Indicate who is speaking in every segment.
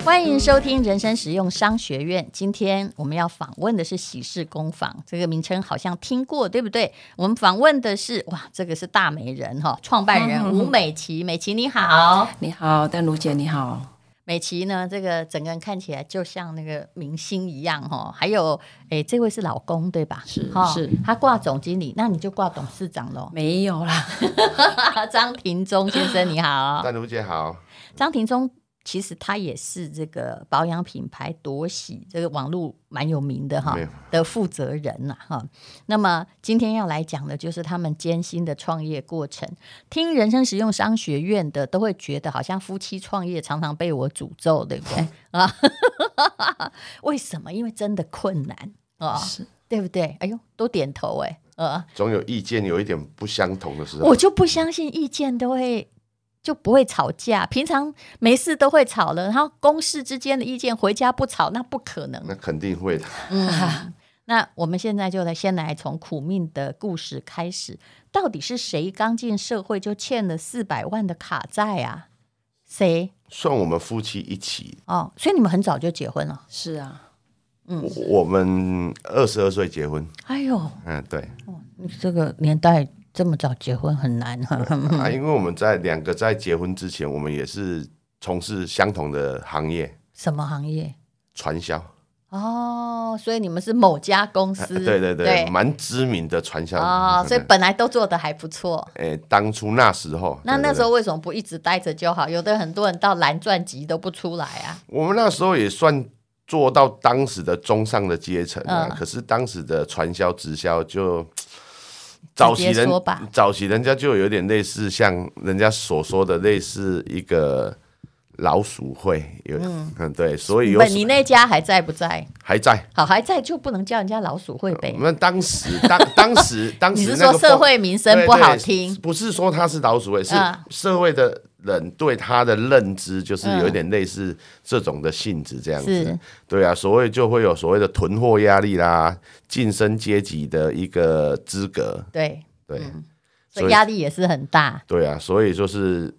Speaker 1: 欢迎收听人生实用商学院。今天我们要访问的是喜事工坊，这个名称好像听过，对不对？我们访问的是哇，这个是大美人哈，创办人吴美琪。美琪你好，
Speaker 2: 你好，丹如姐，你好。
Speaker 1: 美琪呢，这个整个人看起来就像那个明星一样哈。还有，哎，这位是老公对吧？
Speaker 2: 是
Speaker 1: 哈
Speaker 2: 是。
Speaker 1: 他挂总经理，那你就挂董事长喽
Speaker 2: 没有啦，
Speaker 1: 张庭忠先生你好，
Speaker 3: 丹如姐好，
Speaker 1: 张庭忠其实他也是这个保养品牌朵喜这个网络蛮有名的哈
Speaker 3: 没有
Speaker 1: 的负责人呐、哈。那么今天要来讲的就是他们艰辛的创业过程。听人生实用商学院的都会觉得好像夫妻创业常常被我诅咒，对不 对啊？ 为什么？因为真的困难啊，
Speaker 2: 是
Speaker 1: 对不对？哎呦，都点头哎、呃，
Speaker 3: 总有意见有一点不相同的时候
Speaker 1: 我，就不相信意见都会就不会吵架，平常没事都会吵了，然后公事之间的意见回家不吵，那不可能。
Speaker 3: 那肯定会的。
Speaker 1: 嗯， 那我们现在就来先来从苦命的故事开始，到底是谁刚进社会就欠了四百万的卡债啊？谁？
Speaker 3: 算我们夫妻一起，
Speaker 1: 哦，所以你们很早就结婚了？
Speaker 2: 是啊，
Speaker 1: 嗯
Speaker 3: 我我们二十二岁结婚，
Speaker 1: 哎呦，
Speaker 3: 嗯，对
Speaker 1: 你这个年代这么早结婚很难哈、
Speaker 3: 啊，因为我们在两个在结婚之前，我们也是从事相同的行业，
Speaker 1: 什么行业？
Speaker 3: 传销，啊
Speaker 1: 哦，所以你们是某家公司？
Speaker 3: 对对对，
Speaker 1: 对。
Speaker 3: 蛮知名的传销
Speaker 1: 哦，所以本来都做的还不错。
Speaker 3: 哎，当初那时候，
Speaker 1: 那
Speaker 3: 对
Speaker 1: 那
Speaker 3: 对
Speaker 1: 时候为什么不一直待着就好？有的很多人到蓝钻级都不出来啊。
Speaker 3: 对我们那时候也算。做到当时的中上的阶层啊，
Speaker 1: 嗯
Speaker 3: 可是当时的传销直销就早期
Speaker 1: 直接
Speaker 3: 人
Speaker 1: 说吧，
Speaker 3: 早期人家就有点类似像人家所说的类似一个老鼠会，有嗯对，所以有
Speaker 1: 不，你那家还在不在？
Speaker 3: 还在。
Speaker 1: 好，还在就不能叫人家老鼠会呗
Speaker 3: 我。们当时 当当时当
Speaker 1: 你
Speaker 3: 时
Speaker 1: 是
Speaker 3: 那
Speaker 1: 说
Speaker 3: 个
Speaker 1: 社
Speaker 3: 风
Speaker 1: 会民生
Speaker 3: 对
Speaker 1: 不好
Speaker 3: 对
Speaker 1: 听？
Speaker 3: 不是说他是老鼠会，是
Speaker 1: 嗯
Speaker 3: 社会的人对他的认知就是有点类似这种的性质这样子
Speaker 1: 是。
Speaker 3: 对啊，所谓就会有所谓的囤货压力啦，晋升阶级的一个资格。
Speaker 1: 对，
Speaker 3: 对，
Speaker 1: 嗯所以压力也是很大。
Speaker 3: 对啊，所以就是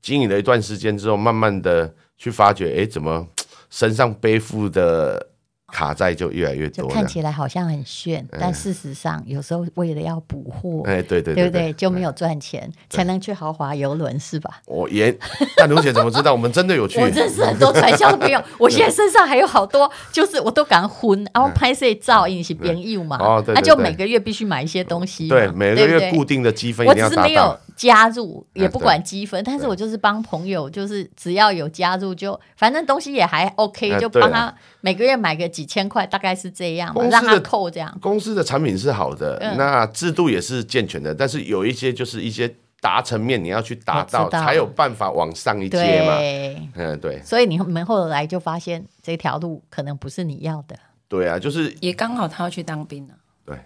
Speaker 3: 经营了一段时间之后，慢慢的去发觉，诶，怎么身上背负的卡债就越来越
Speaker 1: 就
Speaker 3: 多
Speaker 1: 看
Speaker 3: 了？
Speaker 1: 起来好像很炫，但事实上有时候为了要补货，
Speaker 3: 哎，对对
Speaker 1: 对不
Speaker 3: 对
Speaker 1: 对？就没
Speaker 3: 有。
Speaker 1: 有赚钱，才能去豪华游轮是吧？
Speaker 3: 我也，但卢姐怎么知道？我们真的有去
Speaker 1: 我，认识很多传销的 朋友，我现在身上还有好多，就是我都敢混，然后拍摄照应是编译嘛，
Speaker 3: 嗯哦对
Speaker 1: 那
Speaker 3: 对
Speaker 1: 就
Speaker 3: 对
Speaker 1: 每个月必须买一些东西嘛，
Speaker 3: 对，每个
Speaker 1: 对
Speaker 3: 月
Speaker 1: 不
Speaker 3: 固
Speaker 1: 对
Speaker 3: 定的积分一
Speaker 1: 我
Speaker 3: 定要
Speaker 1: 只是
Speaker 3: 达
Speaker 1: 没有
Speaker 3: 到。
Speaker 1: 加入，也
Speaker 3: 嗯
Speaker 1: 不
Speaker 3: 对
Speaker 1: 管积分，但是我就是帮朋友，就是只要有加入就，反正东西也还 OK，
Speaker 3: 嗯
Speaker 1: 就
Speaker 3: 对
Speaker 1: 帮
Speaker 3: 啦
Speaker 1: 他每个月买个几千块，大概是这样嘛，
Speaker 3: 公司
Speaker 1: 让他
Speaker 3: 的
Speaker 1: 扣这样。
Speaker 3: 公司的产品是好的，
Speaker 1: 嗯
Speaker 3: 那制度也是健全的，但是有一些就是一些达层面你要去达
Speaker 1: 我
Speaker 3: 到，
Speaker 1: 知道
Speaker 3: 才有办法往上一阶嘛。
Speaker 1: 对，
Speaker 3: 嗯，对，
Speaker 1: 所以你们后来就发现这条路可能不是你要的
Speaker 3: 对啊，就是
Speaker 2: 也刚好他要去当兵了，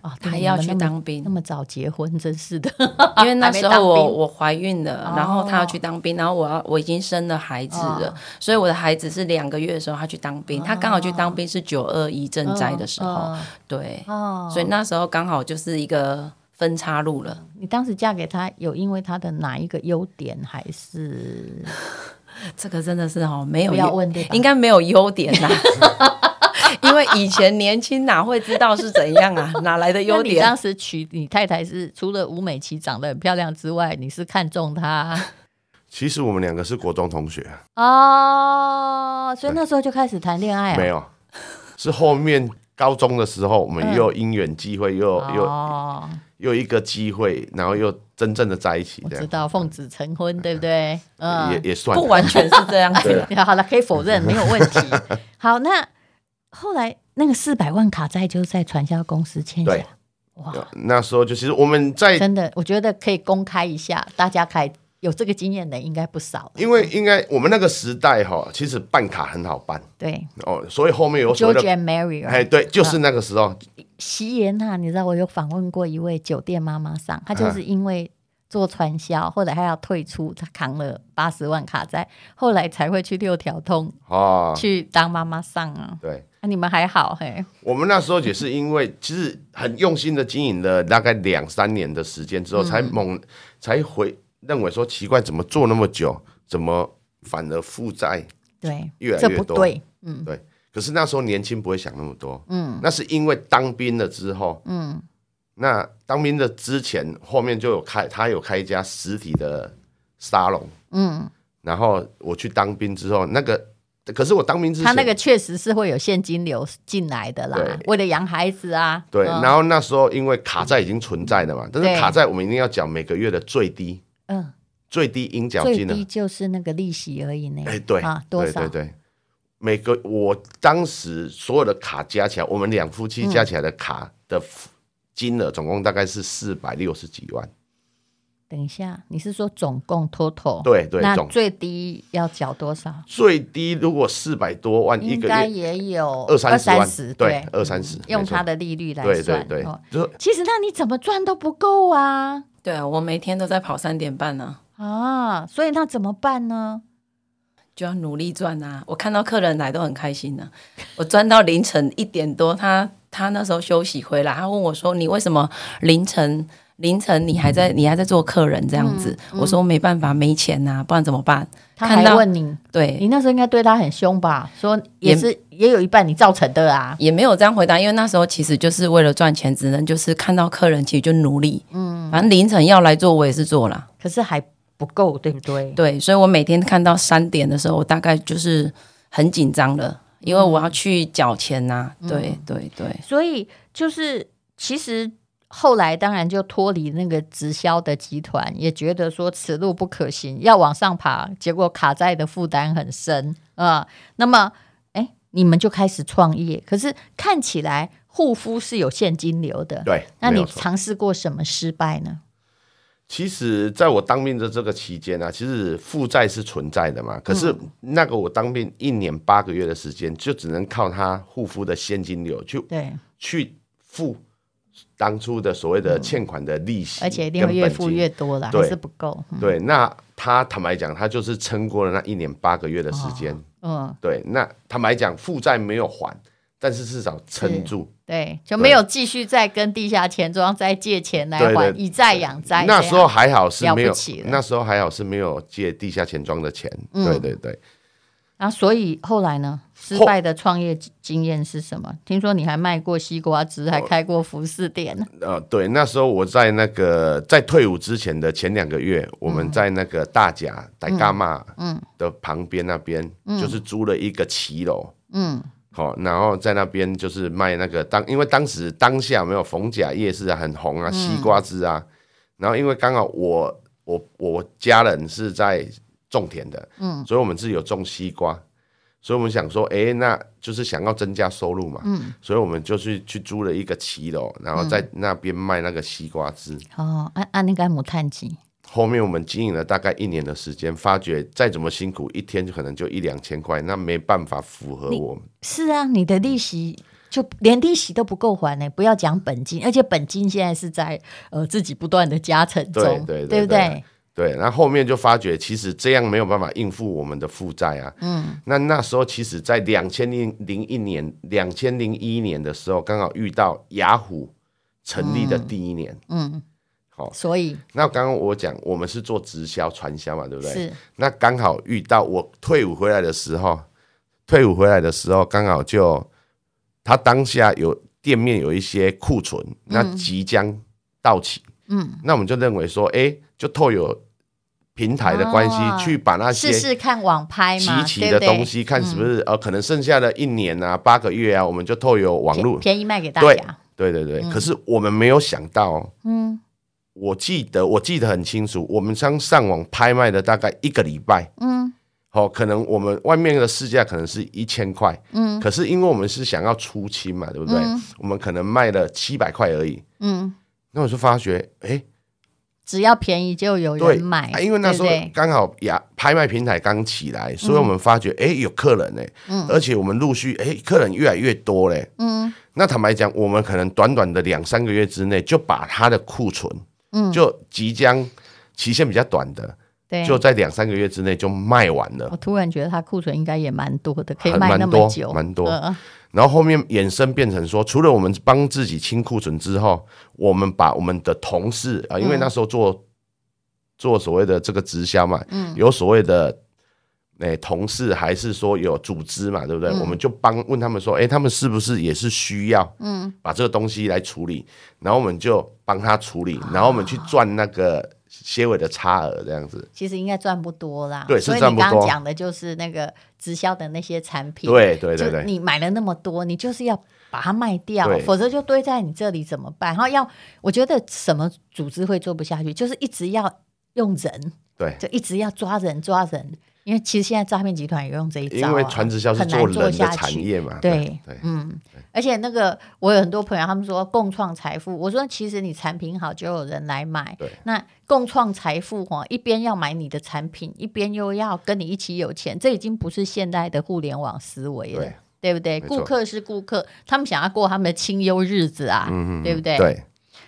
Speaker 1: 哦，
Speaker 2: 他
Speaker 1: 对
Speaker 2: 要
Speaker 1: 你
Speaker 2: 去
Speaker 1: 们那么
Speaker 2: 当兵
Speaker 1: 那，么早结婚，真是的。
Speaker 2: 因为那时候
Speaker 1: 啊还没当
Speaker 2: 我
Speaker 1: 兵哦
Speaker 2: 我怀孕了，然后他要去当兵，然后我要我已经生了孩子
Speaker 1: 哦
Speaker 2: 了，所以我的孩子是两个月的时候他去当兵，他刚好去当兵是九二一赈灾的时候，
Speaker 1: 嗯
Speaker 2: 对，
Speaker 1: 哦，
Speaker 2: 所以那时候刚好就是一个分岔路了。
Speaker 1: 你当时嫁给他，有因为他的哪一个优点，还是
Speaker 2: 这个真的是哦，没有
Speaker 1: 不要
Speaker 2: 优
Speaker 1: 问对吧
Speaker 2: 应该没有优点 呐、因为以前年轻哪会知道是怎样啊，哪来的优
Speaker 1: 那你当
Speaker 2: 点？
Speaker 1: 时娶你太太是除了吴美琪长得很漂亮之外，你是看中 她
Speaker 3: 其实我们两个是国中同学，啊
Speaker 1: 哦，所以那时候就开始谈恋爱啊？
Speaker 3: 没有，是后面高中的时候，我们
Speaker 1: 嗯
Speaker 3: 又因缘际会，又又
Speaker 1: 哦，
Speaker 3: 又一个机会，然后又真正的在一起，
Speaker 1: 我
Speaker 3: 这
Speaker 1: 知
Speaker 3: 样
Speaker 1: 道奉子成婚，对不对？
Speaker 3: 也
Speaker 1: 嗯，
Speaker 3: 也算
Speaker 2: 不完全是这样子
Speaker 3: 对
Speaker 2: 啦
Speaker 3: 啊。
Speaker 1: 好了，可以否认，没有问题。好，那后来那个四百万卡债就是在传销公司欠下
Speaker 3: 对，
Speaker 1: 哇，
Speaker 3: 那时候就其实我们在
Speaker 1: 真的，我觉得可以公开一下，大家开有这个经验的应该不少了。
Speaker 3: 因为应该我们那个时代哈，其实办卡很好办
Speaker 1: 对
Speaker 3: 哦，所以后面有所谓
Speaker 1: ，George
Speaker 3: 的
Speaker 1: and Mary，啊
Speaker 3: 哎，对，就是
Speaker 1: 嗯
Speaker 3: 那个时候，
Speaker 1: 席耶娜，你知道我有访问过一位酒店妈妈桑，她就是因为做传销，后来她要退出，她扛了八十万卡债，后来才会去六条通
Speaker 3: 哦，
Speaker 1: 去当妈妈桑啊。
Speaker 3: 对，
Speaker 1: 啊你们还好嘿，
Speaker 3: 我们那时候也是因为其实很用心的经营了大概两三年的时间之后，
Speaker 1: 嗯
Speaker 3: 才猛才回认为说奇怪，怎么做那么久，怎么反而负债
Speaker 1: 对，
Speaker 3: 越来
Speaker 1: 这
Speaker 3: 越
Speaker 1: 不
Speaker 3: 多
Speaker 1: 对，
Speaker 3: 对，可是那时候年轻不会想那么多，嗯，那是因为当兵了之后，嗯，那当兵的之前后面就有开，他有开一家实体的沙龙，嗯，然后我去当兵之后，那个可是我当兵之前，
Speaker 1: 他那个确实是会有现金流进来的啦
Speaker 3: 对，
Speaker 1: 为了养孩子啊。
Speaker 3: 对，
Speaker 1: 嗯
Speaker 3: 然后那时候因为卡债已经存在了嘛，但
Speaker 1: 对
Speaker 3: 是卡债我们一定要缴每个月的最低
Speaker 1: 嗯，
Speaker 3: 最低应缴
Speaker 1: 最
Speaker 3: 金额
Speaker 1: 低，就是那个利息而已呢。
Speaker 3: 哎，对
Speaker 1: 啊，，多
Speaker 3: 对
Speaker 1: 少
Speaker 3: 对？对。每个我当时所有的卡加起来，我们两夫妻加起来的卡的金额总共大概是四百六十几万。
Speaker 1: 等一下，你是说总共 total？
Speaker 3: 对对
Speaker 1: 哦那
Speaker 3: 总
Speaker 1: 最低要缴多少？
Speaker 3: 最低如果四百多万一
Speaker 1: 应
Speaker 3: 个
Speaker 1: 该
Speaker 3: 月，
Speaker 1: 也有
Speaker 3: 二三十万
Speaker 1: 十，
Speaker 3: 对二三十
Speaker 1: 嗯用
Speaker 3: 没错
Speaker 1: 它的利率来
Speaker 3: 对对
Speaker 1: 算。
Speaker 3: 对
Speaker 1: 哦，
Speaker 3: 就是
Speaker 1: 其实那你怎么赚都不够啊
Speaker 2: 对啊，我每天都在跑三点半呢、
Speaker 1: 啊！所以那怎么办呢？
Speaker 2: 就要努力赚啊！我看到客人来都很开心呢、啊我赚到凌晨一点多，他他那时候休息回来，他问我说：“你为什么凌晨凌晨你还在你还在做客人这样子？”我说：“没办法，没钱呐、不然怎么办？”
Speaker 1: 他
Speaker 2: 看
Speaker 1: 还
Speaker 2: 到
Speaker 1: 问你，你
Speaker 2: 对，
Speaker 1: 那时候应该对他很凶吧？说也
Speaker 2: 也
Speaker 1: 是也有一半你造成的啊。
Speaker 2: 也没有这样回答，因为那时候其实就是为了赚钱，只能就是看到客人其实就努力，嗯，反正凌晨要来做我也是做啦。
Speaker 1: 可是还不够，对不对？
Speaker 2: 对，所以我每天看到三点的时候，我大概就是很紧张了，因为
Speaker 1: 嗯
Speaker 2: 我要去缴钱呐、对对对，
Speaker 1: 所以就是其实后来当然就脱离那个直销的集团，也觉得说此路不可行，要往上爬，结果卡债的负担很深啊、呃那么哎，你们就开始创业，可是看起来护肤是有现金流的，
Speaker 3: 对，
Speaker 1: 那
Speaker 3: 没
Speaker 1: 你
Speaker 3: 有错
Speaker 1: 尝试过什么失败呢？
Speaker 3: 其实在我当兵的这个期间啊，其实负债是存在的嘛。可是
Speaker 1: 嗯
Speaker 3: 那个我当兵一年八个月的时间，就只能靠他护肤的现金流去
Speaker 1: 对，
Speaker 3: 去付当初的所谓的欠款的利息，
Speaker 1: 嗯而且一定会越付越。多了，还
Speaker 3: 对
Speaker 1: 是不够。嗯
Speaker 3: 对，那他坦白讲，他就是撑过了那一年八个月的时间。
Speaker 1: 嗯，
Speaker 3: 对，那坦白讲，负债没有还，但是至少撑
Speaker 1: 嗯
Speaker 3: 住。
Speaker 1: 对，就没有继续再跟地下钱庄再借钱来
Speaker 3: 对
Speaker 1: 还，
Speaker 3: 对
Speaker 1: 以债养债这样。
Speaker 3: 那时候还好是没
Speaker 1: 了
Speaker 3: 有
Speaker 1: 不起了，
Speaker 3: 那时候还好是没有借地下钱庄的钱。
Speaker 1: 嗯
Speaker 3: 对对对，
Speaker 1: 啊，所以后来呢？失败的创业经经验是什么？听说你还卖过西瓜汁，还开过服饰店呢。
Speaker 3: 呃，对，那时候我在那个在退伍之前的前两个月，我们在那个大甲傣嘎嘛的旁边那边，就是租了一个骑楼。
Speaker 1: 嗯，
Speaker 3: 好、然后在那边就是卖那个当，因为当时当下没有逢甲夜市啊，很红啊，西瓜汁啊。然后因为刚好我我我家人是在种田的，嗯，所以我们是有种西瓜，所以我们想说，哎，那就是想要增加收入嘛，嗯，所以我们就去去租了一个骑楼，然后在那边卖那个西瓜汁。
Speaker 1: 哦，
Speaker 3: 啊
Speaker 1: 按按那个母探机，
Speaker 3: 后面我们经营了大概一年的时间，发觉再怎么辛苦，一天就可能就一两千块，那没办法符合我们。
Speaker 1: 是啊，你的利息就连利息都不够还呢，不要讲本金，而且本金现在是在呃自己不断的加成中，
Speaker 3: 对对对
Speaker 1: 不对
Speaker 3: 对？对，然后后面就发觉，其实这样没有办法应付我们的负债啊。嗯，那那时候其实，在两千零零一年、两千零一年的时候，刚好遇到雅虎成立的第一年。
Speaker 1: 嗯，
Speaker 3: 好、
Speaker 1: 所以
Speaker 3: 那刚刚我讲，我们是做直销、传销嘛，对不对？
Speaker 1: 是
Speaker 3: 那刚好遇到我退伍回来的时候，退伍回来的时候刚好就他当下有店面有一些库存，那即将到期，
Speaker 1: 嗯，
Speaker 3: 那我们就认为说，哎，就透有平台的关系、
Speaker 1: 啊
Speaker 3: 去把那些
Speaker 1: 试试看网拍嘛，
Speaker 3: 集齐
Speaker 1: 对
Speaker 3: 的
Speaker 1: 不对嗯
Speaker 3: 东西，看是不是、呃，可能剩下的一年啊、八个月啊，我们就透有网络
Speaker 1: 便，便宜卖给大
Speaker 3: 对
Speaker 1: 家。
Speaker 3: 对对对。可是我们没有想到哦。
Speaker 1: 嗯
Speaker 3: 我记得，我记得很清楚，我们刚上网拍卖的大概一个礼拜，
Speaker 1: 嗯，
Speaker 3: 好、可能我们外面的市价可能是一千块，嗯，可是因为我们是想要出清嘛，对不对？我们可能卖了七百块而已，
Speaker 1: 嗯，
Speaker 3: 那我就发觉，哎、
Speaker 1: 只要便宜就有
Speaker 3: 对
Speaker 1: 人，买，
Speaker 3: 啊因为那时候
Speaker 1: 哎对嗯不对
Speaker 3: 刚好呀，拍卖平台刚起来，所以我们发觉，哎、有客人呢、而且我们陆续，哎、客人越来越多嘞、
Speaker 1: 嗯
Speaker 3: 那坦白讲，我们可能短短的两三个月之内，就把他的库存，
Speaker 1: 嗯
Speaker 3: 就即将期限比较短的，
Speaker 1: 对，
Speaker 3: 就在两三个月之内就卖完了
Speaker 1: 我。突然觉得他库存应该也蛮多的，可以
Speaker 3: 很
Speaker 1: 卖
Speaker 3: 蛮
Speaker 1: 那么
Speaker 3: 多
Speaker 1: 久，
Speaker 3: 蛮多
Speaker 1: 嗯
Speaker 3: 然后后面衍生变成说，除了我们帮自己清库存之后，我们把我们的同事啊、因为那时候做、做所谓的这个直销
Speaker 1: 嗯
Speaker 3: 嘛，有所谓的诶、同事还是说有组织嘛，对不对？我们就帮问他们说，诶，哎他们是不是也是需要
Speaker 1: 嗯
Speaker 3: 把这个东西来处理？然后我们就帮他处理，
Speaker 1: 啊
Speaker 3: 然后我们去赚那个些微的差额，这样子。
Speaker 1: 其实应该赚不多啦。
Speaker 3: 对是
Speaker 1: 所以
Speaker 3: 赚
Speaker 1: 你
Speaker 3: 不
Speaker 1: 刚刚
Speaker 3: 多
Speaker 1: 讲的就是那个直销的那些产品，
Speaker 3: 对对对
Speaker 1: 就
Speaker 3: 对。
Speaker 1: 你买了那么多，你就是要把它卖掉，
Speaker 3: 对
Speaker 1: 否则就堆在你这里怎么办？然后要，我觉得什么组织会做不下去，就是一直要用人，
Speaker 3: 对
Speaker 1: 就一直要抓人抓人，因为其实现在诈骗集团也用这一招、啊，
Speaker 3: 因为传直销是
Speaker 1: 很难
Speaker 3: 做人的
Speaker 1: 下
Speaker 3: 产
Speaker 1: 去。
Speaker 3: 业嘛，
Speaker 1: 对
Speaker 3: 啊对，
Speaker 1: 嗯，而且那个我有很多朋友，他们说共创财富，我说其实你产品好就有人来买
Speaker 3: 对，
Speaker 1: 那共创财富哦，一边要买你的产品，一边又要跟你一起有钱，这已经不是现代的互联网思维了
Speaker 3: 对。
Speaker 1: 对不对？
Speaker 3: 没错
Speaker 1: 顾客是顾客，他们想要过他们的清幽日子啊，对不对？
Speaker 3: 嗯对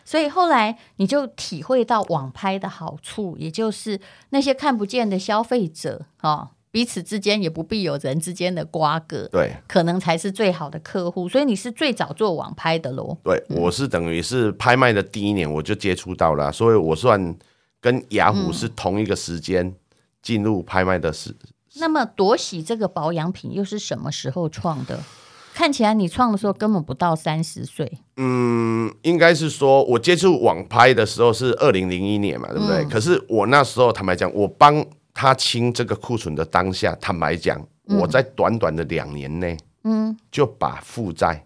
Speaker 1: 所以后来你就体会到网拍的好处，也就是那些看不见的消费者哦，彼此之间也不必有人之间的瓜葛，
Speaker 3: 对
Speaker 1: 可能才是最好的客户。所以你是最早做网拍的喽。
Speaker 3: 对，我是等于是拍卖的第一年我就接触到了啊，所以我算跟雅虎
Speaker 1: 嗯
Speaker 3: 是同一个时间进入拍卖的市。
Speaker 1: 那么朵喜这个保养品又是什么时候创的？看起来你创的时候根本不到三十岁，
Speaker 3: 嗯，应该是说我接触网拍的时候是二零零一年嘛，对不
Speaker 1: 嗯
Speaker 3: 对？可是我那时候坦白讲，我帮他清这个库存的当下，坦白讲，我在短短的两年内，
Speaker 1: 嗯，
Speaker 3: 就把负债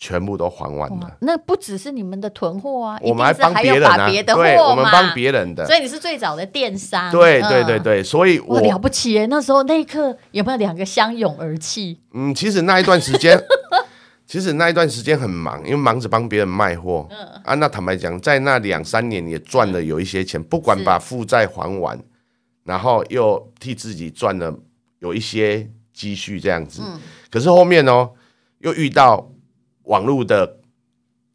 Speaker 3: 全部都还完
Speaker 1: 哇
Speaker 3: 了。
Speaker 1: 嗯那不只是你们的囤货啊，
Speaker 3: 我们
Speaker 1: 一定是
Speaker 3: 帮
Speaker 1: 还
Speaker 3: 别
Speaker 1: 要
Speaker 3: 人
Speaker 1: 把
Speaker 3: 啊，
Speaker 1: 别的货
Speaker 3: 对，我们
Speaker 1: 嘛
Speaker 3: 帮别人的，
Speaker 1: 所以你是最早的电商，
Speaker 3: 对
Speaker 1: 嗯
Speaker 3: 对对对，所以
Speaker 1: 哇，
Speaker 3: 我
Speaker 1: 了不起耶！那时候那一刻有没有两个相拥而泣？
Speaker 3: 嗯，其实那一段时间， 其实那一段时间很忙，因为忙着帮别人卖货。
Speaker 1: 嗯
Speaker 3: 啊，那坦白讲，在那两三年也赚了有一些钱，不管
Speaker 1: 是
Speaker 3: 把负债还
Speaker 1: 嗯
Speaker 3: 完，然后又替自己赚了有一些积蓄这样子。
Speaker 1: 嗯
Speaker 3: 可是后面哦，又遇到网络的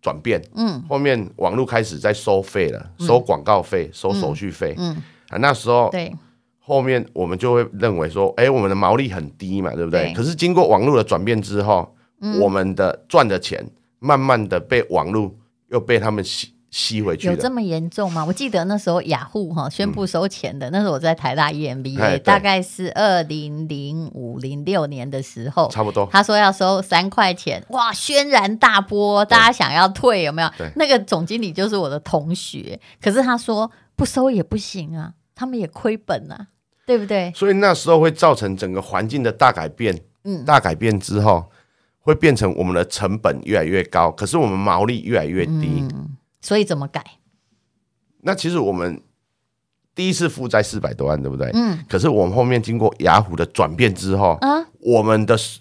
Speaker 3: 转变，
Speaker 1: 嗯
Speaker 3: 后面网络开始在收费了，收广告费，收手续费。
Speaker 1: 嗯，
Speaker 3: 啊，那时候
Speaker 1: 对，
Speaker 3: 后面我们就会认为说，哎、我们的毛利很低嘛，对不对？
Speaker 1: 对嗯
Speaker 3: 可是经过网络的转变之后，我们的赚的钱慢慢的被网络又被他们吸吸回去
Speaker 1: 有这
Speaker 3: 了。
Speaker 1: 么严重吗？我记得那时候雅虎哈宣布收钱的，那时候我在台大 E
Speaker 3: 哎
Speaker 1: EMBA，
Speaker 3: 对
Speaker 1: 大概是二零零五零六年的时候。
Speaker 3: 差不多，
Speaker 1: 他说要收三块钱，哇，轩然大波，大家想要退有没有
Speaker 3: 对？
Speaker 1: 那个总经理就是我的同学，可是他说不收也不行啊，他们也亏本啊，对不对？
Speaker 3: 所以那时候会造成整个环境的大改变。
Speaker 1: 嗯
Speaker 3: 大改变之后，会变成我们的成本越来越高，可是我们毛利越来越低。
Speaker 1: 嗯，所以怎么改？
Speaker 3: 那其实我们第一次负债四百多万，对不对？
Speaker 1: 嗯
Speaker 3: 可是我们后面经过雅虎的转变之后，
Speaker 1: 啊
Speaker 3: 我们的 s-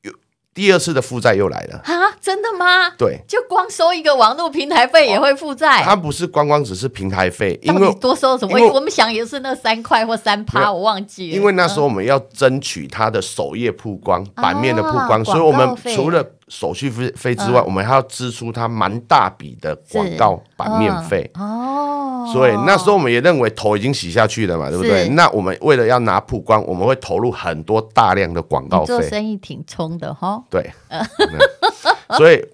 Speaker 3: 又第二次的负债又来了。
Speaker 1: 啊，真的吗？
Speaker 3: 对，
Speaker 1: 就光收一个网络平台费也会负债，
Speaker 3: 它不是光光只是平台费，因
Speaker 1: 哎到底
Speaker 3: 为
Speaker 1: 多收什么？
Speaker 3: 因为
Speaker 1: 我我们想也是那三块或三
Speaker 3: 没
Speaker 1: 趴，
Speaker 3: 有
Speaker 1: 我忘记了。
Speaker 3: 因为那时候我们要争取它的首页曝光、版面的曝光，
Speaker 1: 啊广告
Speaker 3: 所以我们
Speaker 1: 费
Speaker 3: 除了手续费费之外，我们还要支出它蛮大笔的广告版面费。
Speaker 1: 嗯哦，
Speaker 3: 所以那时候我们也认为头已经洗下去了嘛，对不对
Speaker 1: 是？
Speaker 3: 那我们为了要拿曝光，我们会投入很多大量的广告
Speaker 1: 你做
Speaker 3: 费，
Speaker 1: 生意挺冲的哈，
Speaker 3: 对。嗯所以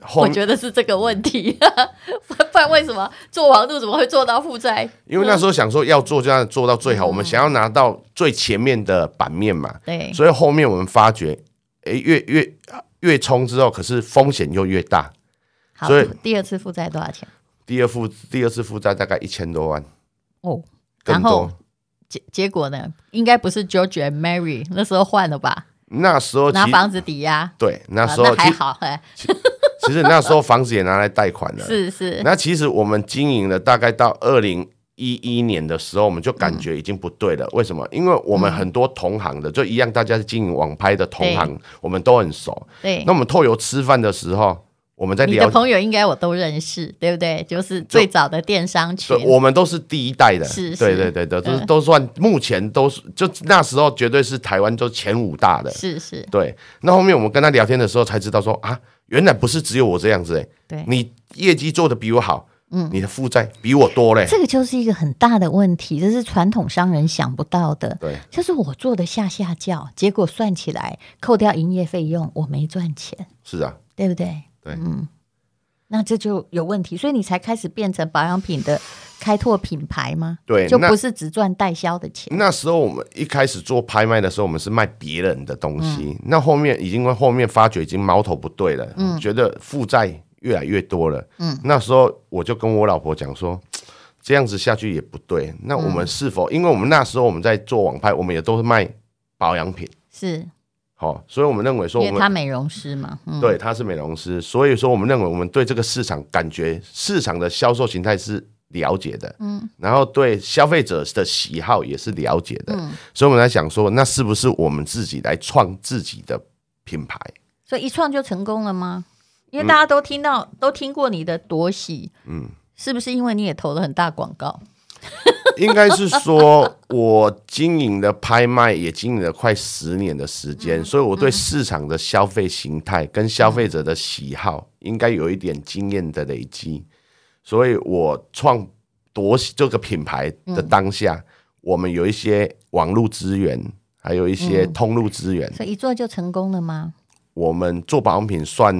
Speaker 3: 后
Speaker 1: 我觉得是这个问题， 不然为什么做网络怎么会做到负债？
Speaker 3: 因为那时候想说要做就要做到最
Speaker 1: 嗯
Speaker 3: 好，我们想要拿到最前面的版面嘛，
Speaker 1: 对，
Speaker 3: 所以后面我们发觉，哎，越越越冲之后，可是风险又越大。
Speaker 1: 好
Speaker 3: 所以，
Speaker 1: 第二次负债多少钱？
Speaker 3: 第二负第二次负债大概一千多万，
Speaker 1: 哦，然
Speaker 3: 更
Speaker 1: 后
Speaker 3: 多。
Speaker 1: 结结果呢？应该不是 George and Mary 那时候换了吧？
Speaker 3: 那时候其
Speaker 1: 拿房子抵押，
Speaker 3: 对那
Speaker 1: 啊
Speaker 3: 时
Speaker 1: 那
Speaker 3: 候
Speaker 1: 还
Speaker 3: 其
Speaker 1: 好，哎
Speaker 3: 其实那时候房子也拿来贷款了。
Speaker 1: 是是，
Speaker 3: 那其实我们经营了大概到二零一一年的时候，我们就感觉已经不对
Speaker 1: 嗯
Speaker 3: 了。为什么？因为我们很多同行的，就一样，大家是经营网拍的同行，我们都很熟。
Speaker 1: 对
Speaker 3: 那，我们透由吃饭的时候，我们在
Speaker 1: 你
Speaker 3: 聊
Speaker 1: 的，朋友应该我都认识，对不对？就是最早的电商群
Speaker 3: 对，，我们都是第一代的，
Speaker 1: 是是
Speaker 3: 对对对对，都是
Speaker 1: 嗯
Speaker 3: 都算目前都是，就那时候绝对是台湾就前五大的。
Speaker 1: 是是，
Speaker 3: 对，那后面我们跟他聊天的时候才知道说啊，原来不是只有我这样子哎、
Speaker 1: 对。
Speaker 3: 你业绩做的比我好，嗯，你的负债比我多嘞、
Speaker 1: 这个就是一个很大的问题，这是传统商人想不到的。
Speaker 3: 对，
Speaker 1: 就是我做的下下教，结果算起来扣掉营业费用，我没赚钱，
Speaker 3: 是啊，
Speaker 1: 对不对？
Speaker 3: 对
Speaker 1: 嗯，那这就有问题，所以你才开始变成保养品的开拓品牌吗？
Speaker 3: 对
Speaker 1: 就
Speaker 3: 那嗯
Speaker 1: 不是只赚代销的钱。
Speaker 3: 那时候我们一开始做拍卖的时候，我们是卖别人的东西，那后面已经因为后面发觉已经矛头不对了，觉得负债越来越多了，嗯，那时候我就跟我老婆讲说。这样子下去也不对。那我们是否，因为我们那时候我们在做网拍，我们也都是卖保养品，
Speaker 1: 是
Speaker 3: 好、所以我们认为说
Speaker 1: 因
Speaker 3: 我
Speaker 1: 为
Speaker 3: 们
Speaker 1: 他美容师嘛，嗯，
Speaker 3: 对，他是美容师，所以说我们认为我们对这个市场感觉市场的销售形态是了解的，嗯，然后对消费者的喜好也是了解的，
Speaker 1: 嗯
Speaker 3: 所以我们在想说，那是不是我们自己来创自己的品牌？
Speaker 1: 所以一创就成功了吗？因
Speaker 3: 嗯
Speaker 1: 为大家都听到、都听过你的夺喜，嗯，是不是因为你也投了很大广告？
Speaker 3: 嗯应该是说，我经营的拍卖也经营了快十年的时间，所以我对市场的消费形态跟消费者的喜好，应该有一点经验的累积。所以我创夺喜这个品牌的当下，我们有一些网络资源，还有一些通路资源。
Speaker 1: 所以一做就成功了吗？
Speaker 3: 我们做保养品算，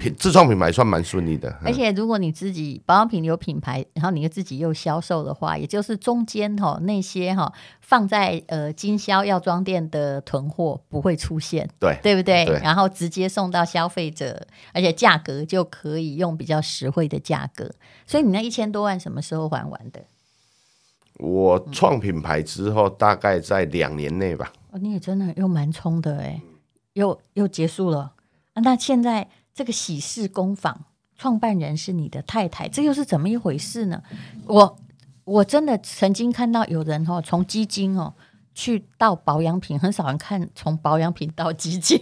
Speaker 3: 品自创品牌算蛮顺利的。嗯
Speaker 1: 而且如果你自己保养品有品牌，然后你又自己又销售的话，也就是中间哈、那些哈、放在呃经销药妆店的囤货不会出现，
Speaker 3: 对
Speaker 1: 对不对？
Speaker 3: 对
Speaker 1: 然后直接送到消费者，而且价格就可以用比较实惠的价格。所以你那一千多万什么时候还完的？
Speaker 3: 我创品牌之后，大概在两年内吧。
Speaker 1: 哦，你也真的又蛮冲的哎，又又结束了、啊。那现在这个喜事工坊创办人是你的太太，这又是怎么一回事呢？我我真的曾经看到有人哦，从基金哦去到保养品，很少人看从保养品到基金。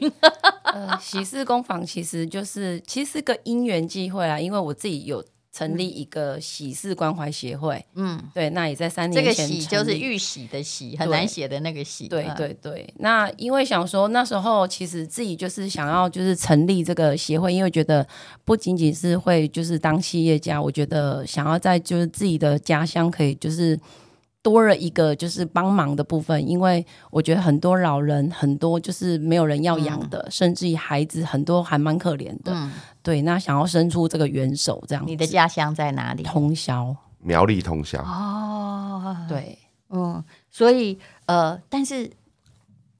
Speaker 2: 呃，喜事工坊其实就是其实是个因缘际会啦，因为我自己有成立一个喜事关怀协会，
Speaker 1: 嗯，
Speaker 2: 对，那也在三
Speaker 1: 这
Speaker 2: 年
Speaker 1: 个
Speaker 2: 前
Speaker 1: 喜
Speaker 2: 成
Speaker 1: 就是
Speaker 2: 立
Speaker 1: 玉玺的喜，很难写的那个喜。
Speaker 2: 对
Speaker 1: 嗯
Speaker 2: 对对，那因为想说那时候其实自己就是想要就是成立这个协会，因为觉得不仅仅是会就是当企业家，我觉得想要在就是自己的家乡可以就是多了一个就是帮忙的部分，因为我觉得很多老人很多就是没有人要养的，甚至于孩子很多还蛮可怜的，
Speaker 1: 嗯，
Speaker 2: 对，那想要伸出这个援手这样子。
Speaker 1: 你的家乡在哪里？
Speaker 2: 通宵，
Speaker 3: 苗栗通宵，
Speaker 1: 哦，
Speaker 2: 对。
Speaker 1: 嗯，所以呃，但是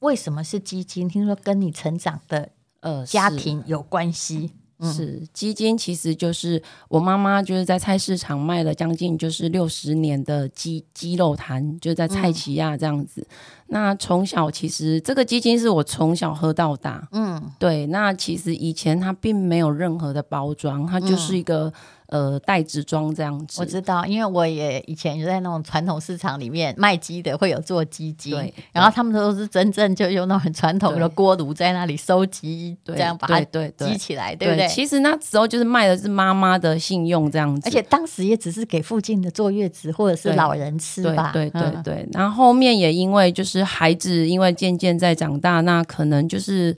Speaker 1: 为什么是基金？听说跟你成长的
Speaker 2: 呃，
Speaker 1: 家
Speaker 2: 是
Speaker 1: 庭有关系，
Speaker 2: 是基金，其实就是我妈妈就是在菜市场卖了将近就是六十年的鸡鸡肉摊，就是
Speaker 1: 嗯
Speaker 2: 在菜奇亚这样子。那从小其实这个基金是我从小喝到大，
Speaker 1: 嗯，
Speaker 2: 对。那其实以前它并没有任何的包装，它就是一个、呃袋子装这样
Speaker 1: 嗯
Speaker 2: 子。
Speaker 1: 我知道，因为我也以前在那种传统市场里面卖鸡的，会有做鸡精
Speaker 2: 对，
Speaker 1: 然后他们都是真正就用那种很传统的
Speaker 2: 对
Speaker 1: 锅炉在那里收集，
Speaker 2: 对
Speaker 1: 这样把
Speaker 2: 对
Speaker 1: 它
Speaker 2: 对对
Speaker 1: 激起来，对不对？
Speaker 2: 其实那时候就是卖的是妈妈的信用这样子，
Speaker 1: 而且当时也只是给附近的坐月子或者是
Speaker 2: 对
Speaker 1: 老人吃吧，
Speaker 2: 对对对
Speaker 1: 嗯
Speaker 2: 对，然后后面也因为就是孩子，因为渐渐在长大，那可能就是。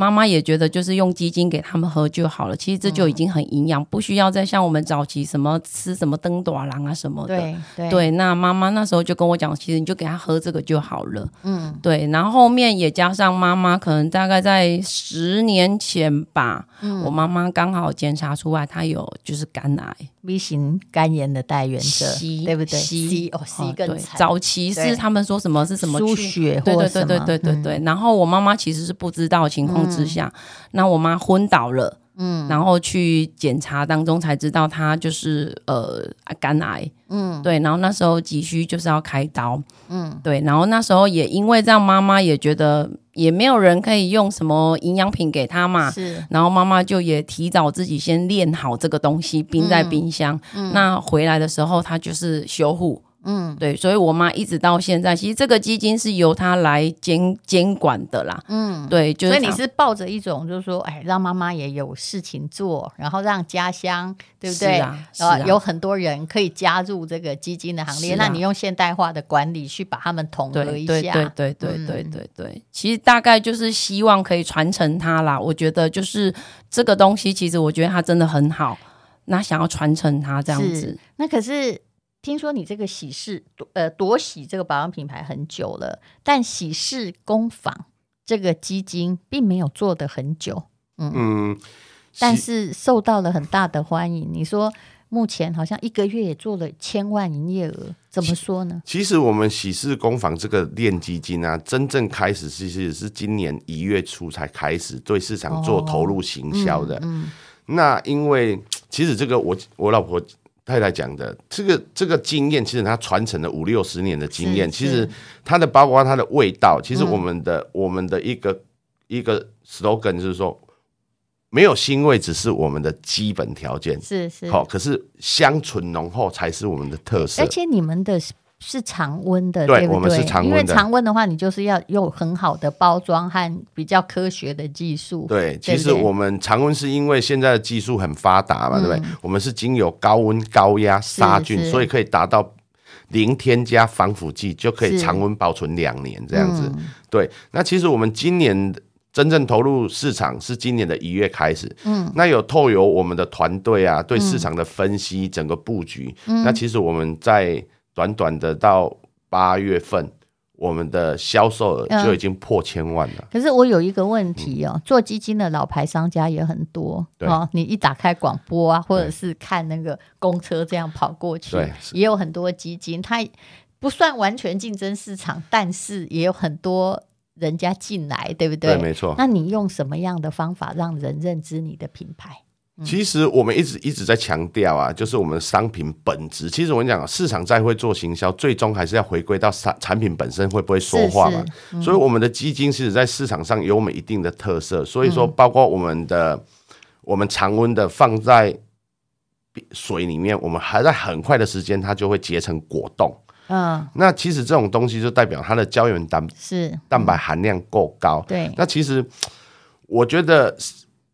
Speaker 2: 妈妈也觉得，就是用鸡精给他们喝就好了。其实这
Speaker 1: 嗯
Speaker 2: 就已经很营养，不需要再像我们早期什么吃什么灯短郎啊什么的。
Speaker 1: 对对
Speaker 2: 对，那妈妈那时候就跟我讲，其实你就给他喝这个就好了。
Speaker 1: 嗯
Speaker 2: 对，然后后面也加上妈妈，可能大概在十年前吧，
Speaker 1: 嗯
Speaker 2: 我妈妈刚好检查出来她有就是肝癌。
Speaker 1: ，B 型肝炎的带源者
Speaker 2: 吸，，
Speaker 1: 对不对
Speaker 2: 吸
Speaker 1: 哦，C 更惨，
Speaker 2: 早期
Speaker 1: 对
Speaker 2: 是他们说什么是什么
Speaker 1: 输
Speaker 2: 去
Speaker 1: 血
Speaker 2: 对
Speaker 1: 或
Speaker 2: 对
Speaker 1: 什
Speaker 2: 对对
Speaker 1: 么嗯
Speaker 2: 对对对。然后我妈妈其实是不知道的情况之下，那我妈昏倒了，
Speaker 1: 嗯
Speaker 2: 然后去检查当中才知道他就是呃肝癌，
Speaker 1: 嗯
Speaker 2: 对，然后那时候急需就是要开刀，
Speaker 1: 嗯
Speaker 2: 对，然后那时候也因为这样，妈妈也觉得也没有人可以用什么营养品给他嘛，
Speaker 1: 是
Speaker 2: 然后妈妈就也提早自己先练好这个东西，冰在冰箱。那回来的时候，她就是修护。
Speaker 1: 嗯
Speaker 2: 对，所以我妈一直到现在，其实这个基金是由她来监监管的啦。
Speaker 1: 嗯。
Speaker 2: 对，就是
Speaker 1: 所以你
Speaker 2: 她
Speaker 1: 是抱着一种就是说，哎，让妈妈也有事情做，然后让家乡，对不
Speaker 2: 是
Speaker 1: 对？
Speaker 2: 啊，是
Speaker 1: 呃
Speaker 2: 啊，，
Speaker 1: 有很多人可以加入这个基金的行列，
Speaker 2: 是啊
Speaker 1: 那你用现代化的管理去把他们统合
Speaker 2: 对
Speaker 1: 一
Speaker 2: 对
Speaker 1: 下，
Speaker 2: 对对对对
Speaker 1: 嗯
Speaker 2: 对对，其实大概就是希望可以传承它啦。我觉得就是这个东西，其实我觉得它真的很好，那想要传承它这样
Speaker 1: 是
Speaker 2: 子。
Speaker 1: 那可是听说你这个喜事夺呃夺喜这个保养品牌很久了，但喜事工坊这个基金并没有做的很久，
Speaker 3: 嗯，
Speaker 1: 但
Speaker 3: 是
Speaker 1: 是受到了很大的欢迎。你说目前好像一个月也做了千万营业额，怎么说呢？
Speaker 3: 其实我们喜事工坊这个练基金啊，真正开始其实是今年一月初才开始对市场做投入行销的。
Speaker 1: 嗯
Speaker 3: 那因为其实这个我我老婆太太讲的，这个这个经验，其实她传承了五六十年的经
Speaker 1: 是
Speaker 3: 验，
Speaker 1: 嗯
Speaker 3: 其
Speaker 1: 是
Speaker 3: 实它的包括它的味道，其实我们的、我们的一个一个 slogan 就是说，没有腥味只是我们的基本条件。
Speaker 1: 是是，哎
Speaker 3: 好、可是香醇浓厚才是我们的特色
Speaker 1: 而。且你们的是是常温的，
Speaker 3: 对
Speaker 1: 不对？
Speaker 3: 我们是常温
Speaker 1: 因
Speaker 3: 的
Speaker 1: 为常温的话，你就是要有很好的包装和比较科学的技术。
Speaker 3: 对，
Speaker 1: 对
Speaker 3: 其
Speaker 1: 不
Speaker 3: 实
Speaker 1: 对
Speaker 3: 我们常温是因为现在的技术很发达嘛，对不对？我们是经由高温、高压杀菌，
Speaker 1: 嗯是
Speaker 3: 所以可以达到零添加防腐剂，就可以
Speaker 1: 是嗯
Speaker 3: 常温保存两年这
Speaker 1: 这
Speaker 3: 样子。对，那其实我们今年真正投入市场是今年的一月开始，
Speaker 1: 嗯，
Speaker 3: 那有透由我们的团队啊，对市场的分析、整个布局，
Speaker 1: 嗯
Speaker 3: 那其实我们在短短的到八月份，我们的销售
Speaker 1: 嗯
Speaker 3: 额就已经破千万了。
Speaker 1: 可是我有一个问题哦，做基金的老牌商家也很多
Speaker 3: 嗯对
Speaker 1: 哦。你一打开广播啊，或者
Speaker 3: 对
Speaker 1: 是看那个公车这样跑过去
Speaker 3: 对，是
Speaker 1: 也有很多基金，它不算完全竞争市场，但是也有很多人家进来，对不对？
Speaker 3: 没错。
Speaker 1: 那你用什么样的方法让人认知你的品牌？
Speaker 3: 其实我们一直一直在强调啊，就是我们的商品本质。其实我跟你讲啊，市场再会做行销，最终还是要回归到产产品本身会不会说话嘛。
Speaker 1: 是嗯
Speaker 3: 所以我们的基金其实在市场上有我们一定的特色，所以说
Speaker 1: 嗯
Speaker 3: 包括我们的、我们常温的放在水里面，我们还在很快的时间它就会结成果冻。
Speaker 1: 嗯，
Speaker 3: 那其实这种东西就代表它的胶原蛋
Speaker 1: 是
Speaker 3: 蛋白含量够高，
Speaker 1: 对，
Speaker 3: 那其实我觉得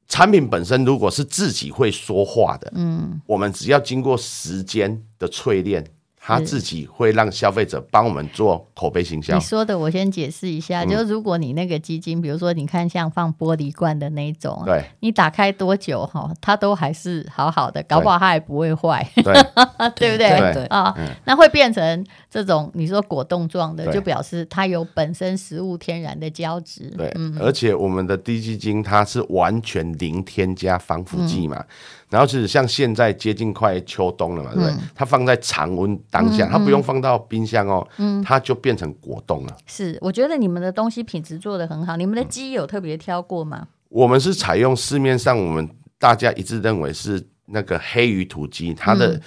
Speaker 3: 产品本身如果是自己会说话的，
Speaker 1: 嗯，
Speaker 3: 我们只要经过时间的淬炼，它
Speaker 1: 是
Speaker 3: 自己会让消费者帮我们做口碑 行销
Speaker 1: 你。说的我先解释一
Speaker 3: 嗯
Speaker 1: 下，就是如果你那个基金，比如说你看像放玻璃罐的那一种啊，
Speaker 3: 对
Speaker 1: 你打开多久哈，它都还是好好的，搞不好它还不会坏，
Speaker 3: 对
Speaker 1: 对不
Speaker 3: 对
Speaker 1: 对？
Speaker 3: 嗯
Speaker 2: 对
Speaker 1: 啊，那会变成这种你说果冻状的，
Speaker 3: 对
Speaker 1: 就表示它有本身食物天然的胶质。
Speaker 3: 对，而且我们的低基金它是完全零添加防腐
Speaker 1: 嗯
Speaker 3: 剂嘛，然后是像现在接近快秋冬了嘛，
Speaker 1: 嗯
Speaker 3: 对不对？它放在常温当下，它不用放到冰箱哦，
Speaker 1: 嗯
Speaker 3: 它就变成果冻了。
Speaker 1: 是，我觉得你们的东西品质做得很好，你们
Speaker 3: 嗯
Speaker 1: 的鸡有特别挑过吗？
Speaker 3: 我们是采用市面上我们大家一致认为是那个黑鱼土
Speaker 1: 嗯
Speaker 3: 鸡，它的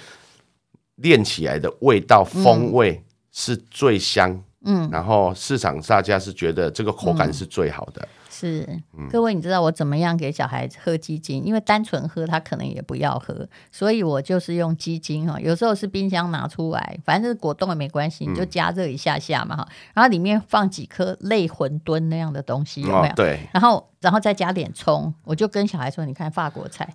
Speaker 3: 炼起来的味道、风味是最香，
Speaker 1: 嗯，
Speaker 3: 然后市场大家是觉得这个口感是最好的。
Speaker 1: 是，
Speaker 3: 嗯
Speaker 1: 各位，你知道我怎么样给小孩喝鸡精？因为单纯喝他可能也不要喝，所以我就是用鸡精哈，有时候是冰箱拿出来，反正是果冻也没关系，
Speaker 3: 嗯
Speaker 1: 你就加热一下下嘛哈，然后里面放几颗类馄饨那样的东西，嗯有没有？
Speaker 3: 哦对，
Speaker 1: 然后，然后再加点葱，我就跟小孩说：“你看法国菜，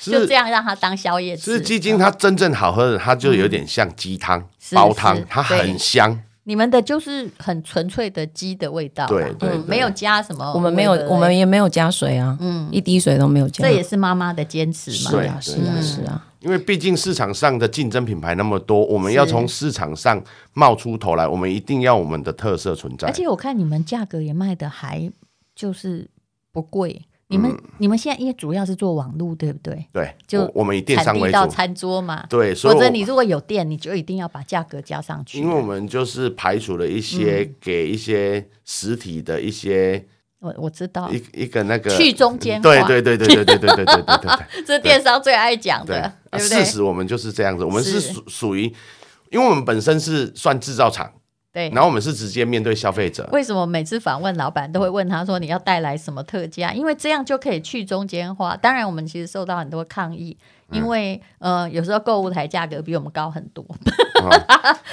Speaker 1: 就是这样让他当宵夜
Speaker 3: 是
Speaker 1: 吃。”
Speaker 3: 鸡精，它真正好喝的，它就有点像鸡汤、
Speaker 1: 嗯是
Speaker 3: 煲
Speaker 1: 是
Speaker 3: 汤，它
Speaker 1: 对
Speaker 3: 很香。
Speaker 1: 你们的就是很纯粹的鸡的味道啦，
Speaker 3: 对对
Speaker 1: 嗯
Speaker 3: 对
Speaker 1: 没有加什么，
Speaker 2: 我们没有，我们也没有加水啊，嗯，一滴水都没有加。
Speaker 1: 哎这也是嗯妈妈的坚持嘛
Speaker 2: 是。啊，
Speaker 3: 对
Speaker 2: 是啊，是啊。
Speaker 3: 因为毕竟市场上的竞争品牌那么多，我们要从市场上冒出头来，我们一定要我们的特色存在。
Speaker 1: 而且我看你们价格也卖的还就是不贵，你们、
Speaker 3: 嗯
Speaker 1: 你们现在因为主要是做网络，对不对？
Speaker 3: 对，
Speaker 1: 就
Speaker 3: 我我们以电
Speaker 1: 产
Speaker 3: 商
Speaker 1: 地
Speaker 3: 为
Speaker 1: 到
Speaker 3: 主，
Speaker 1: 餐桌嘛，
Speaker 3: 对，所以
Speaker 1: 否则
Speaker 3: 我
Speaker 1: 你如果有店，你就一定要把价格加上去。嗯
Speaker 3: 因为我们就是排除了一些给一些实体的一些
Speaker 1: 我我知道，
Speaker 3: 一一个那个
Speaker 1: 哦
Speaker 3: 嗯
Speaker 1: 去中间化
Speaker 3: 对对对对对对对对对对对对。
Speaker 1: 这是电商最爱讲
Speaker 3: 对，
Speaker 1: 的，
Speaker 3: 啊
Speaker 1: 啊对不
Speaker 3: 事
Speaker 1: 对？
Speaker 3: 实我们就是这样子，我们是
Speaker 1: 是
Speaker 3: 属属于，因为我们本身是算制造厂，
Speaker 1: 对
Speaker 3: 然。后我们是直接面对消费者，
Speaker 1: 为什么每次访问老板都会问他说你要带来什么特价？因为这样就可以去中间化。当然，我们其实受到很多抗议，
Speaker 3: 嗯
Speaker 1: 因为、呃，有时候购物台价格比我们高很多，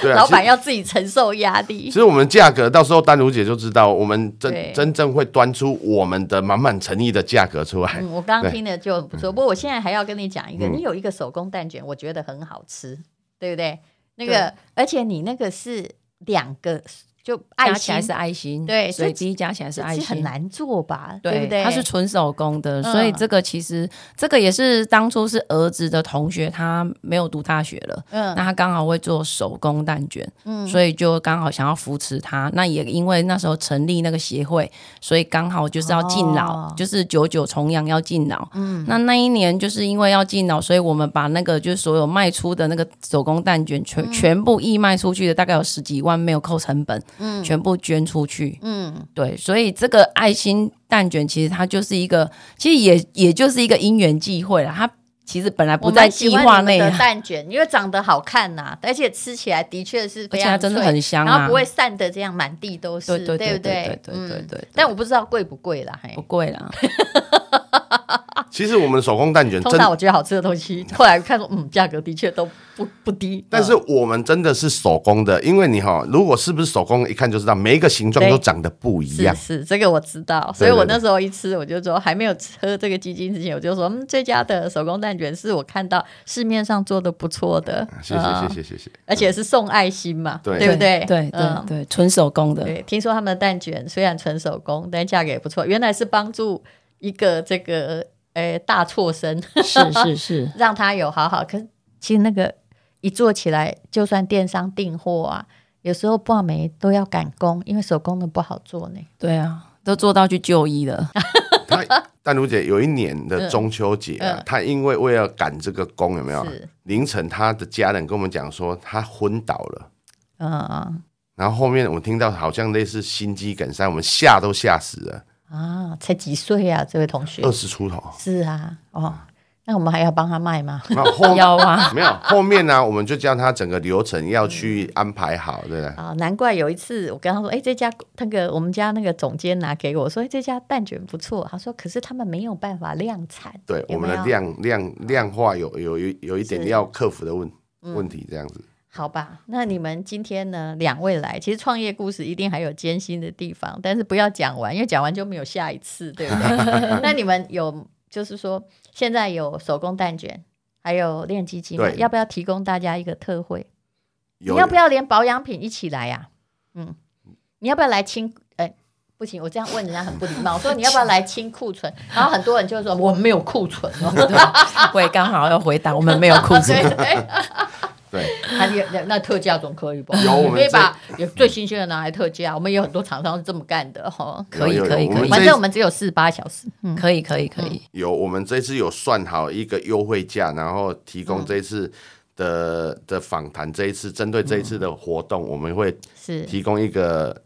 Speaker 3: 对啊，
Speaker 1: 老板
Speaker 3: 其实。
Speaker 1: 要自己承受压力
Speaker 3: 其。实我们价格到时候丹如姐就知道，我们真
Speaker 1: 对
Speaker 3: 真正会端出我们的满满诚意的价格出来。
Speaker 1: 嗯，我刚刚
Speaker 3: 哎对
Speaker 1: 听的就很不错，不过我现在还要跟你讲一个，
Speaker 3: 嗯
Speaker 1: 你有一个手工蛋卷，我觉得很好吃，对不对？那个，而且你那个是两个，就爱
Speaker 2: 加起
Speaker 1: 心
Speaker 2: 来是爱心，
Speaker 1: 对所以
Speaker 2: 水滴加起来是爱
Speaker 1: 是
Speaker 2: 心，
Speaker 1: 很难做吧？对不对？
Speaker 2: 它是纯手工的，所以
Speaker 1: 嗯
Speaker 2: 这个其实这个也是当初是儿子的同学，他没有读大学了，
Speaker 1: 嗯
Speaker 2: 那他刚好会做手工蛋卷，
Speaker 1: 嗯
Speaker 2: 所以就刚好想要扶持他。那也因为那时候成立那个协会，所以刚好就是要敬老，
Speaker 1: 哦
Speaker 2: 就是九九重阳要敬老。
Speaker 1: 嗯
Speaker 2: 那那一年就是因为要敬老，所以我们把那个就是所有卖出的那个手工蛋卷全、全部义卖出去的，大概有十几万没有扣成本，
Speaker 1: 嗯
Speaker 2: 全部捐出去。
Speaker 1: 嗯，
Speaker 2: 对，所以这个爱心蛋卷其实它就是一个，其实也也就是一个因缘际会啦。它其实本来不
Speaker 1: 我
Speaker 2: 在
Speaker 1: 蛮喜
Speaker 2: 计
Speaker 1: 欢
Speaker 2: 划
Speaker 1: 你
Speaker 2: 内
Speaker 1: 们
Speaker 2: 啊
Speaker 1: 的，蛋卷，因为长得好看呐、而且吃起来的确是
Speaker 2: 而
Speaker 1: 非
Speaker 2: 且
Speaker 1: 常
Speaker 2: 它真的
Speaker 1: 脆
Speaker 2: 很香
Speaker 1: 然
Speaker 2: 啊
Speaker 1: 后不，会散的这样满地都是，
Speaker 2: 对对对对
Speaker 1: 不
Speaker 2: 对对对对
Speaker 1: 嗯
Speaker 2: 对，
Speaker 1: 但我不知道贵不贵啦，嘿
Speaker 2: 不。贵啦。
Speaker 3: 其实我们手工蛋卷
Speaker 1: 通
Speaker 3: 真，
Speaker 1: 常我觉得好吃的东 西，后来看说，嗯，价格的确都不不低。嗯
Speaker 3: 但是我们真的是手工的，因为你哈，如果是不是手工，一看就知道，每一个形状
Speaker 1: 对
Speaker 3: 都长得不一
Speaker 1: 是
Speaker 3: 样。
Speaker 1: 是，这个我知道，所
Speaker 3: 对
Speaker 1: 以我
Speaker 3: 对
Speaker 1: 那时候一吃，我就说还没有喝这个鸡精之前，我就说，嗯，这家的手工蛋卷是我看到市面上做的不错的，
Speaker 3: 啊谢谢
Speaker 1: 嗯
Speaker 3: 谢谢谢谢。
Speaker 1: 而且是送爱心嘛，
Speaker 3: 对
Speaker 1: 不 对？
Speaker 2: 对对
Speaker 1: 嗯
Speaker 2: 对，纯手工的，
Speaker 1: 对，听说他们的蛋卷虽然纯手工，但价格也不错。原来是帮助一个这个诶大错生，
Speaker 2: 是是是，
Speaker 1: 让他有好好。可是其实那个一做起来，就算电商订货啊，有时候挂眉都要赶工，因为手工的不好做呢。
Speaker 2: 对啊，都做到去就医了。
Speaker 3: 她丹如姐有一年的中秋节啊
Speaker 1: 嗯，
Speaker 3: 她因为为了赶这个工，有没有？
Speaker 1: 是，
Speaker 3: 凌晨她的家人跟我们讲说，她昏倒了。
Speaker 1: 嗯嗯
Speaker 3: 然后后面我听到好像类似心肌梗塞，我们吓都吓死了，
Speaker 1: 啊，才几岁啊，这位同学
Speaker 3: 二？十出头。
Speaker 1: 是啊，哦，那我们还要帮他卖吗？
Speaker 3: 那 后
Speaker 2: 要啊，
Speaker 3: 没有后面呢、我们就将他整个流程要去安排好，对不对？
Speaker 1: 啊，难怪有一次我跟他说，哎、这家那个我们家那个总监拿给我说，哎，这家蛋卷不错。他说，可是他们没有办法量产，
Speaker 3: 对，
Speaker 1: 有
Speaker 3: 我
Speaker 1: 没
Speaker 3: 们
Speaker 1: 有
Speaker 3: 的量量量化有有有有一点
Speaker 1: 是
Speaker 3: 要克服的问
Speaker 1: 嗯
Speaker 3: 问题，这样子。
Speaker 1: 好吧？那你们今天呢，两位来，其实创业故事一定还有艰辛的地方，但是不要讲完，因为讲完就没有下一次，对不 对？那你们有就是说，现在有手工蛋卷，还有练鸡机嘛？
Speaker 3: 对
Speaker 1: 要不要提供大家一个特惠？
Speaker 3: 有
Speaker 1: 你要不要连保养品一起来呀、嗯，你要不要来清？哎、不行，我这样问人家很不礼 貌。我说你要不要来清库存？然后很多人就会说我们没有库存 哦。
Speaker 2: 我也刚好要回答，我们没有裤子
Speaker 1: 对，对，
Speaker 3: 对，
Speaker 1: 那你那那特价总可以吧？
Speaker 3: 有我们
Speaker 1: 可以
Speaker 3: 这
Speaker 1: 把有最新鲜的拿来特价。我们有很多厂商是这么干的哈。
Speaker 3: 有
Speaker 2: 可以
Speaker 3: 有
Speaker 2: 可以
Speaker 3: 有
Speaker 2: 可以
Speaker 3: 我们
Speaker 1: 反
Speaker 3: 这
Speaker 1: 正我们只有四十八小时。嗯，
Speaker 2: 可以可以可以，
Speaker 3: 有我们这次有算好一个优惠价，然后提供这一次的、的访谈，这一次针对这一次的活动，我们会
Speaker 1: 是。
Speaker 3: 提供一个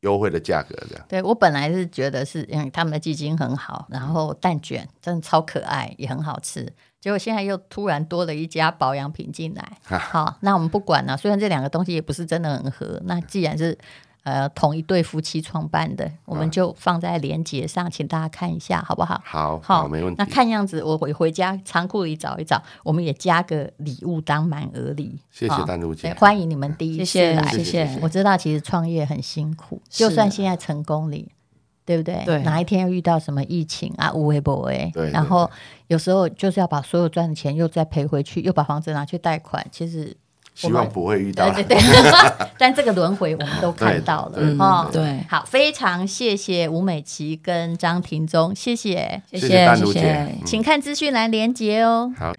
Speaker 3: 优惠的价格，这样。
Speaker 1: 对我本来是觉得是，嗯，他们的鸡精很好，然后蛋卷真的超可爱，也很好吃。结果现在又突然多了一家保养品进来，
Speaker 3: 啊
Speaker 1: 好，那我们不管了、虽然这两个东西也不是真的很合，那既然是呃同一对夫妻创办的，我
Speaker 3: 啊
Speaker 1: 们就放在连结上，请大家看一下，好不好？
Speaker 3: 好，
Speaker 1: 好，
Speaker 3: 没问题。
Speaker 1: 那看样子，我回回家仓库里找一找，我们也加个礼物当满额礼。
Speaker 3: 谢谢
Speaker 1: 好
Speaker 3: 丹如姐啊
Speaker 1: 对，欢迎你们第一次
Speaker 2: 谢谢
Speaker 1: 来，
Speaker 2: 谢谢，
Speaker 1: 我知道，其实创业很辛苦，
Speaker 2: 是啊
Speaker 1: 就算现在成功了，对不对？
Speaker 2: 对
Speaker 1: 哪一天又遇到什么疫情啊，无微不微，
Speaker 3: 对对
Speaker 1: 然后有时候就是要把所有赚的钱又再赔回去，又把房子拿去贷款，其实
Speaker 3: 希望不会遇到
Speaker 1: 对
Speaker 3: 啦。
Speaker 1: 对对， 但这个轮回我们都看到了
Speaker 3: 对
Speaker 2: 嗯
Speaker 1: 哦。
Speaker 2: 对，
Speaker 1: 好，非常谢谢吴美琪跟张庭忠，谢谢，
Speaker 2: 谢
Speaker 3: 谢谢丹
Speaker 2: 谢
Speaker 3: 如姐
Speaker 2: 谢。
Speaker 1: 请看资讯栏连接哦。
Speaker 3: 好，